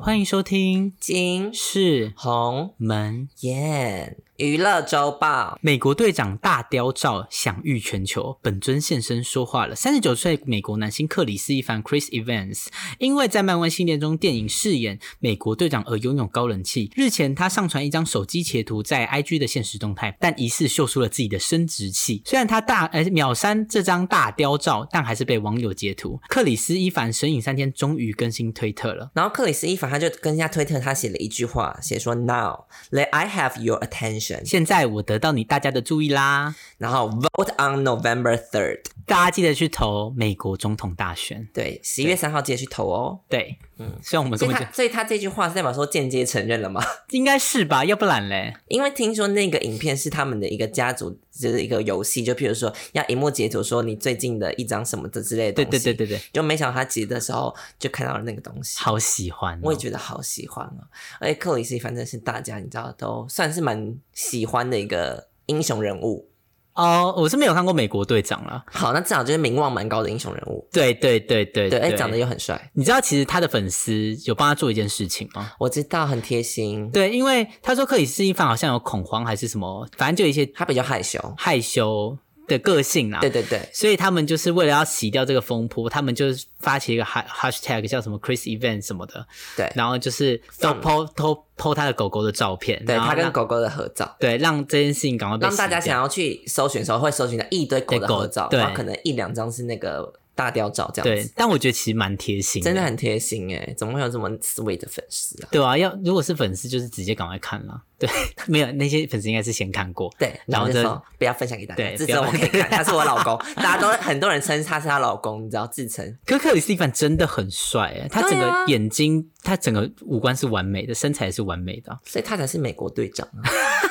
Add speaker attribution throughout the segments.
Speaker 1: 欢迎收听
Speaker 2: 金
Speaker 1: 是
Speaker 2: 红
Speaker 1: 门
Speaker 2: 燕娱乐周报，
Speaker 1: 美国队长大雕照享誉全球，本尊现身说话了。三十九岁美国男星克里斯·伊凡 （Chris Evans） 因为在漫威系列中电影饰演美国队长而拥有高人气。日前，他上传一张手机截图在 IG 的现实动态，但疑似秀出了自己的生殖器。虽然他大呃秒删这张大雕照，但还是被网友截图。克里斯·伊凡神隐三天终于更新推特了。
Speaker 2: 然后克里斯·伊凡他就跟人家推特，他写了一句话，写说 Now let I have your attention，
Speaker 1: 现在我得到你大家的注意啦，
Speaker 2: 然后 vote on November third，
Speaker 1: 大家记得去投美国总统大选。
Speaker 2: 对，十一月三号记得去投哦。
Speaker 1: 对，嗯，虽然我们这
Speaker 2: 所以
Speaker 1: 么
Speaker 2: 他
Speaker 1: 讲，，
Speaker 2: 所以他这句话是代表说间接承认了吗？
Speaker 1: 应该是吧，要不然嘞，
Speaker 2: 因为听说那个影片是他们的一个家族，就是一个游戏，就譬如说要荧幕截图说你最近的一张什么的之类的
Speaker 1: 对
Speaker 2: 东西。
Speaker 1: 对对
Speaker 2: 对，
Speaker 1: 对对，
Speaker 2: 就没想到他截的时候就看到了那个东西。
Speaker 1: 好喜欢、哦，
Speaker 2: 我也觉得好喜欢啊！而且克里斯反正是大家你知道都算是蛮喜欢的一个英雄人物。
Speaker 1: 哦，我是没有看过美国队长了，
Speaker 2: 好，那至少就是名望蛮高的英雄人物，
Speaker 1: 对对对对
Speaker 2: 对，而哎且长得又很帅，
Speaker 1: 你知道其实他的粉丝有帮他做一件事情吗？
Speaker 2: 我知道很贴心。
Speaker 1: 对，因为他说克里斯蒂凡好像有恐慌还是什么，反正就有一些
Speaker 2: 他比较害羞，
Speaker 1: 害羞的个性啦。
Speaker 2: 对对对，
Speaker 1: 所以他们就是为了要洗掉这个风波，他们就是发起一个 ha- hashtag 叫什么 Chris Event 什么的，
Speaker 2: 对
Speaker 1: 然后就是都
Speaker 2: 嗯
Speaker 1: po 偷 po 他的狗狗的照片，
Speaker 2: 对
Speaker 1: 然后
Speaker 2: 他跟
Speaker 1: 让
Speaker 2: 狗狗的合照。
Speaker 1: 对让这件事情赶快被
Speaker 2: 让大家
Speaker 1: 洗掉
Speaker 2: 想要去搜寻的时候，会搜寻到一堆狗的合照，
Speaker 1: 对狗
Speaker 2: 然后可能一两张是那个大雕照这样
Speaker 1: 对
Speaker 2: 子，，
Speaker 1: 但我觉得其实蛮贴心，
Speaker 2: 真的。很贴心哎、怎么会有这么 sweet 的粉丝啊？
Speaker 1: 对啊，要如果是粉丝，就是直接赶快看啦。对， 没有那些粉丝应该是先看过，
Speaker 2: 对，
Speaker 1: 然
Speaker 2: 然
Speaker 1: 后
Speaker 2: 后
Speaker 1: 就
Speaker 2: 就说不要分享给大
Speaker 1: 对
Speaker 2: 家，自
Speaker 1: 不要
Speaker 2: 称我可以看，他是我老公，大家都很多人称他是她老公，你知道自称。
Speaker 1: 可克里斯蒂凡真的很帅哎，他整
Speaker 2: 对
Speaker 1: 个
Speaker 2: 啊
Speaker 1: 眼睛，他整个五官是完美的，身材也是完美的啊。
Speaker 2: 所以他才是美国队长、啊，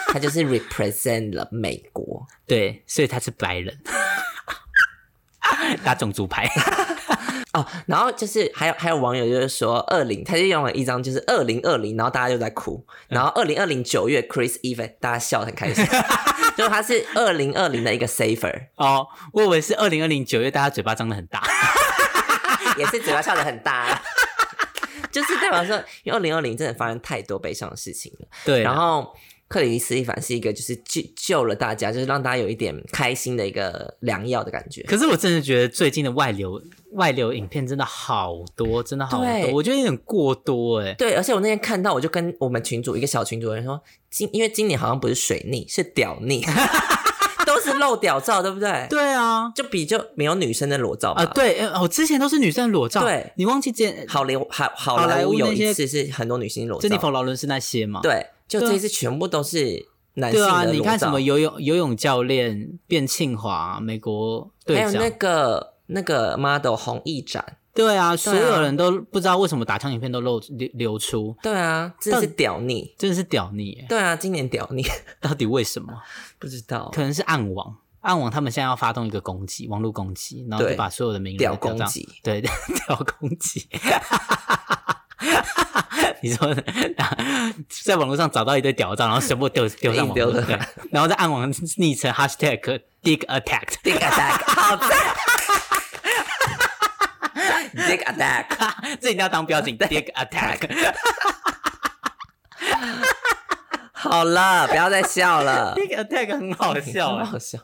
Speaker 2: 他就是 represent 了美国。
Speaker 1: 对，所以他是白人， 打种族牌。
Speaker 2: 哦，然后就是还有还有网友就是说，二零他就用了一张就是二零二零，然后大家就在哭，然后二零二零九月 Chris Evans 大家笑得很开心， 就他是二零二零的一个 saver，
Speaker 1: 哦，我以为是二零二零九月，大家嘴巴张得很大。
Speaker 2: 也是嘴巴笑得很大、啊 就是代表说，因为二零二零真的发生太多悲伤的事情了。
Speaker 1: 对，啊
Speaker 2: 然后克里斯蒂凡是一个就是救救了大家，就是让大家有一点开心的一个良药的感觉。
Speaker 1: 可是我真的觉得最近的外流外流影片真的好多，真的好多，
Speaker 2: 对
Speaker 1: 我觉得有点过多哎。
Speaker 2: 对，而且我那天看到，我就跟我们群主一个小群主的人说，今因为今年好像不是水逆，是屌逆， 都是露屌照，对不对？
Speaker 1: 对啊，
Speaker 2: 就比就没有女生的裸照嘛。
Speaker 1: 啊对，呃我之前都是女生的裸照，
Speaker 2: 对
Speaker 1: 你忘记之前
Speaker 2: 好莱坞好
Speaker 1: 好
Speaker 2: 好
Speaker 1: 莱
Speaker 2: 莱
Speaker 1: 坞
Speaker 2: 坞有
Speaker 1: 那些
Speaker 2: 一次是很多女星裸
Speaker 1: 珍妮
Speaker 2: 照，
Speaker 1: 佛劳伦斯那些吗？
Speaker 2: 对，就
Speaker 1: 对啊
Speaker 2: 这一次全部都是男性
Speaker 1: 对
Speaker 2: 的裸
Speaker 1: 啊，
Speaker 2: 照。
Speaker 1: 你看什么游泳游泳教练卞庆华，美国队
Speaker 2: 还有
Speaker 1: 长，
Speaker 2: 那个那个 model 红艺展，
Speaker 1: 对啊，所有人都不知道为什么打枪影片都漏流流出，
Speaker 2: 对啊，真的是屌逆。
Speaker 1: 真的是屌欸你耶！
Speaker 2: 对啊，今年屌逆，
Speaker 1: 到底为什么？
Speaker 2: 不知道
Speaker 1: 可能是暗网，暗网他们现在要发动一个攻击，网络攻击，然后就
Speaker 2: 对
Speaker 1: 把所有的名人
Speaker 2: 屌
Speaker 1: 都
Speaker 2: 攻
Speaker 1: 到，
Speaker 2: 击。
Speaker 1: 对， 屌攻击。你说在网络上找到一堆屌照，然后全部 丢丢上网络，
Speaker 2: 一定丢
Speaker 1: 对
Speaker 2: 上，
Speaker 1: 然后在暗网昵称 hashtag dig attack，
Speaker 2: Dick attack，好赞 ！Dick attack，
Speaker 1: 这一定要当 标准 dig attack，dig
Speaker 2: 好了，不要再笑了，
Speaker 1: attack 很 好笑
Speaker 2: 好
Speaker 1: 啊。
Speaker 2: 好笑。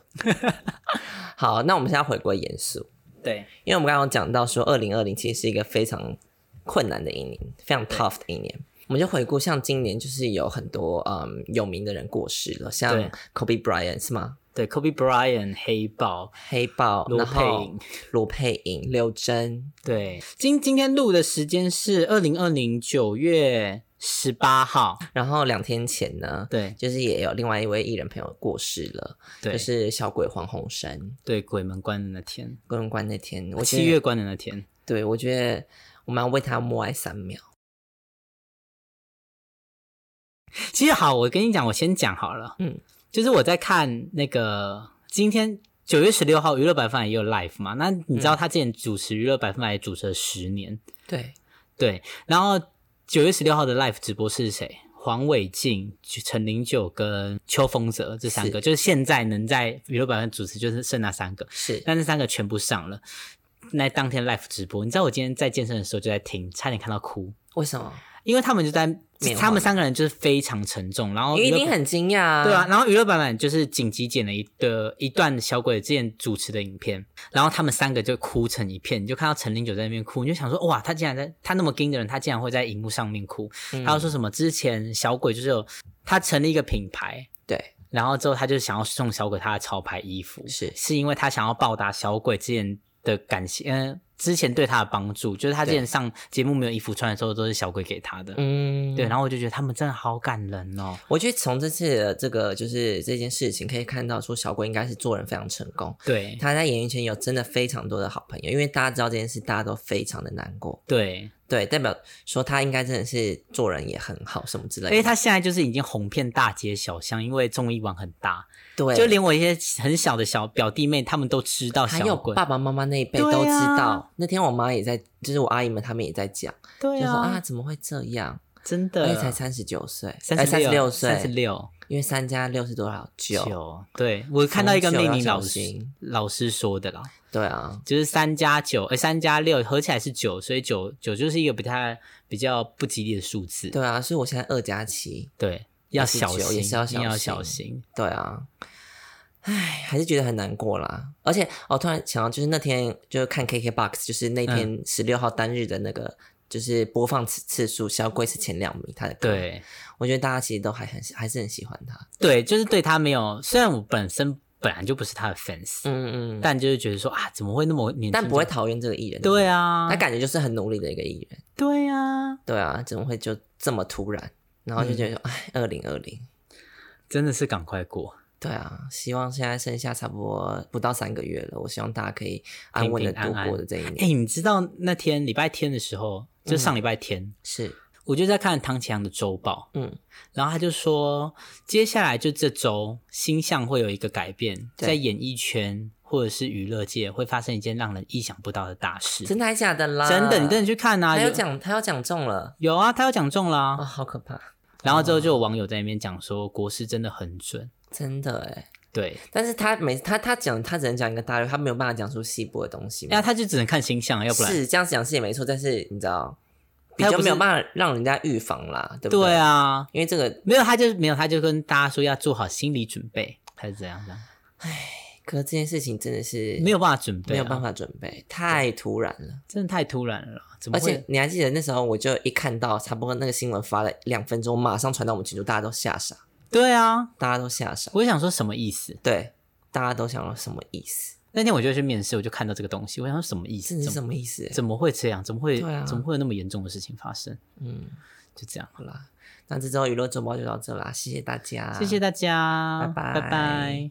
Speaker 2: 好，那我们现在回归严肃，
Speaker 1: 对，
Speaker 2: 因为我们刚刚有讲到说，二零二零其实是一个非常困难的一年，非常 tough 的一年。我们就回顾，像今年就是有很多嗯有名的人过世了，像
Speaker 1: 对
Speaker 2: Kobe Bryant 是吗？
Speaker 1: 对，Kobe Bryant 黑豹，
Speaker 2: 黑豹，
Speaker 1: 罗
Speaker 2: 然
Speaker 1: 佩
Speaker 2: 后
Speaker 1: 影，
Speaker 2: 罗佩影、刘真，
Speaker 1: 对，今今天录的时间是二零二零九月十八号，
Speaker 2: 然后两天前呢，
Speaker 1: 对
Speaker 2: 就是也有另外一位艺人朋友过世了，
Speaker 1: 对、
Speaker 2: 就是小鬼黄鸿升，
Speaker 1: 对，鬼门关的那天，
Speaker 2: 个人关那天，我觉得
Speaker 1: 啊七月，关的那天，
Speaker 2: 对我觉得我们要为他默哀三秒。
Speaker 1: 其实好，我跟你讲，我先讲好了。嗯
Speaker 2: 嗯，
Speaker 1: 就是我在看那个今天九月十六号娱乐百分百也有 live 嘛，那你
Speaker 2: 嗯
Speaker 1: 知道他之前主持娱乐百分百也主持了十年，
Speaker 2: 对，
Speaker 1: 对。然后九月十六号的 live 直播是谁？黄伟晋、陈零九跟邱风泽这三个，就是现在能在娱乐百分百主持就是剩那三个，
Speaker 2: 是
Speaker 1: 但这三个全部上了。那当天 live 直播，你知道我今天在健身的时候就在听，差点看到哭。
Speaker 2: 为什么？
Speaker 1: 因为他们就在
Speaker 2: 缅怀
Speaker 1: 他们三个人就是非常沉重，然后
Speaker 2: 你一
Speaker 1: 娱乐
Speaker 2: 定很惊讶啊
Speaker 1: 哦对啊，，然后娱乐版本就是紧急剪了一的一段小鬼之前主持的影片，然后他们三个就哭成一片，你就看到陈零九在那边哭，你就想说哇，他竟然在他那么硬的人，他竟然会在荧幕上面哭。
Speaker 2: 嗯
Speaker 1: 还有说什么之前小鬼就是有他成立一个品牌，
Speaker 2: 对，
Speaker 1: 然后之后他就想要送小鬼他的潮牌衣服，
Speaker 2: 是
Speaker 1: 是因为他想要报答小鬼之前的感谢，嗯、之前对他的帮助，就是他之前上节目没有衣服穿的时候都是小鬼给他的。
Speaker 2: 嗯，
Speaker 1: 对，然后我就觉得他们真的好感人哦。
Speaker 2: 我觉得从这次的这个就是这件事情可以看到，说小鬼应该是做人非常成功。
Speaker 1: 对，
Speaker 2: 他在演艺圈有真的非常多的好朋友，因为大家知道这件事，大家都非常的难过，
Speaker 1: 对，
Speaker 2: 对，代表说他应该真的是做人也很好，什么之类的。
Speaker 1: 因为他现在就是已经红遍大街小巷，因为综艺网很大，
Speaker 2: 对，
Speaker 1: 就连我一些很小的小表弟妹，他们都知道
Speaker 2: 还
Speaker 1: 哦小
Speaker 2: 有
Speaker 1: 鬼。
Speaker 2: 爸爸妈妈那一辈
Speaker 1: 对啊
Speaker 2: 都知道。那天我妈也在，就是我阿姨们他们也在讲，
Speaker 1: 对
Speaker 2: 就说啊，怎么会这样？
Speaker 1: 真
Speaker 2: 而且才哎
Speaker 1: 的，
Speaker 2: 三十九岁，
Speaker 1: 三
Speaker 2: 十六岁，
Speaker 1: 三十六
Speaker 2: 因为三加六是多少？九。
Speaker 1: 九。对我看到一个
Speaker 2: 从九
Speaker 1: 命
Speaker 2: 要
Speaker 1: 名老
Speaker 2: 小
Speaker 1: 师
Speaker 2: 心
Speaker 1: 老师说的啦，
Speaker 2: 对啊，
Speaker 1: 就是三加九，哎，三加六合起来是九，所以九九就是一个比较比较不吉利的数字。
Speaker 2: 对啊，所以我现在二加七。
Speaker 1: 对，要小
Speaker 2: 也是九
Speaker 1: 心，
Speaker 2: 也是要小
Speaker 1: 一定要
Speaker 2: 心
Speaker 1: 小心。
Speaker 2: 对啊，唉，还是觉得很难过啦。而且哦，突然想到，就是那天就是看 KKBOX，就是那
Speaker 1: 嗯
Speaker 2: 天十六号单日的那个。就是播放次次数，小鬼是前两名，他的歌，
Speaker 1: 对
Speaker 2: 我觉得大家其实都还很喜还是很喜欢他，
Speaker 1: 对，就是对他没有，虽然我本身本来就不是他的 fans，、
Speaker 2: 嗯嗯，但
Speaker 1: 但就是觉得说啊，怎么会那么年轻？
Speaker 2: 但不会讨厌这个艺人，
Speaker 1: 对
Speaker 2: 啊，
Speaker 1: 啊，
Speaker 2: 他感觉就是很努力的一个艺人，
Speaker 1: 对啊，
Speaker 2: 对啊，怎么会就这么突然？然后就
Speaker 1: 嗯
Speaker 2: 觉得说，哎、二零二零，
Speaker 1: 真的是赶快过，
Speaker 2: 对啊，希望现在剩下差不多不到三个月了，我希望大家可以安稳的
Speaker 1: 平平
Speaker 2: 度
Speaker 1: 安安
Speaker 2: 过的这一年，
Speaker 1: 哎、你知道那天礼拜天的时候，就上礼拜天，
Speaker 2: 是，
Speaker 1: 我就在看唐启阳的周报，
Speaker 2: 嗯，
Speaker 1: 然后他就说，接下来就这周星象会有一个改变，
Speaker 2: 对
Speaker 1: 在演艺圈或者是娱乐界会发生一件让人意想不到的大事。
Speaker 2: 真的还假的啦？
Speaker 1: 真的，你真的去看啊？
Speaker 2: 他有
Speaker 1: 有
Speaker 2: 讲，他有讲中了
Speaker 1: 有啊，他有讲中啦、
Speaker 2: 啊、好可怕，
Speaker 1: 然后之后就有网友在那边讲说，国师真的很准。
Speaker 2: 真的哎。
Speaker 1: 对，
Speaker 2: 但是他每他他讲，他只能讲一个大略，他没有办法讲出细部的东西嘛。
Speaker 1: 那他就只能看星象，啊要不然
Speaker 2: 是这样讲是也没错，但是你知道，比
Speaker 1: 他又
Speaker 2: 较
Speaker 1: 不
Speaker 2: 没有
Speaker 1: 是
Speaker 2: 办法让人家预防啦，对不
Speaker 1: 对
Speaker 2: 对
Speaker 1: 啊，
Speaker 2: 因为这个，
Speaker 1: 没有，他就没有，他就跟大家说要做好心理准备，还是怎样的，
Speaker 2: 可是这件事情真的是
Speaker 1: 没有办法准备、
Speaker 2: 没有办
Speaker 1: 法，
Speaker 2: 法准备，太突然了。
Speaker 1: 真的太突然了啦，怎么
Speaker 2: 而且
Speaker 1: 会？
Speaker 2: 你还记得那时候，我就一看到差不多那个新闻发了两分钟，马上传到我们群组，大家都吓傻，
Speaker 1: 对啊，
Speaker 2: 大家都吓傻，
Speaker 1: 我就想说什么意思？
Speaker 2: 对，大家都想说什么意思？
Speaker 1: 那天我就去面试，我就看到这个东西，我想说什么意
Speaker 2: 这
Speaker 1: 思？
Speaker 2: 是
Speaker 1: 怎
Speaker 2: 什
Speaker 1: 么
Speaker 2: 么意思？
Speaker 1: 怎么会这样？怎么会、
Speaker 2: 对啊
Speaker 1: 怎么会有那么严重的事情发生？
Speaker 2: 嗯，
Speaker 1: 就这样，
Speaker 2: 好啦，那这周娱乐周报就到这啦，谢谢大家，
Speaker 1: 谢谢大家，
Speaker 2: 啊拜拜
Speaker 1: 拜拜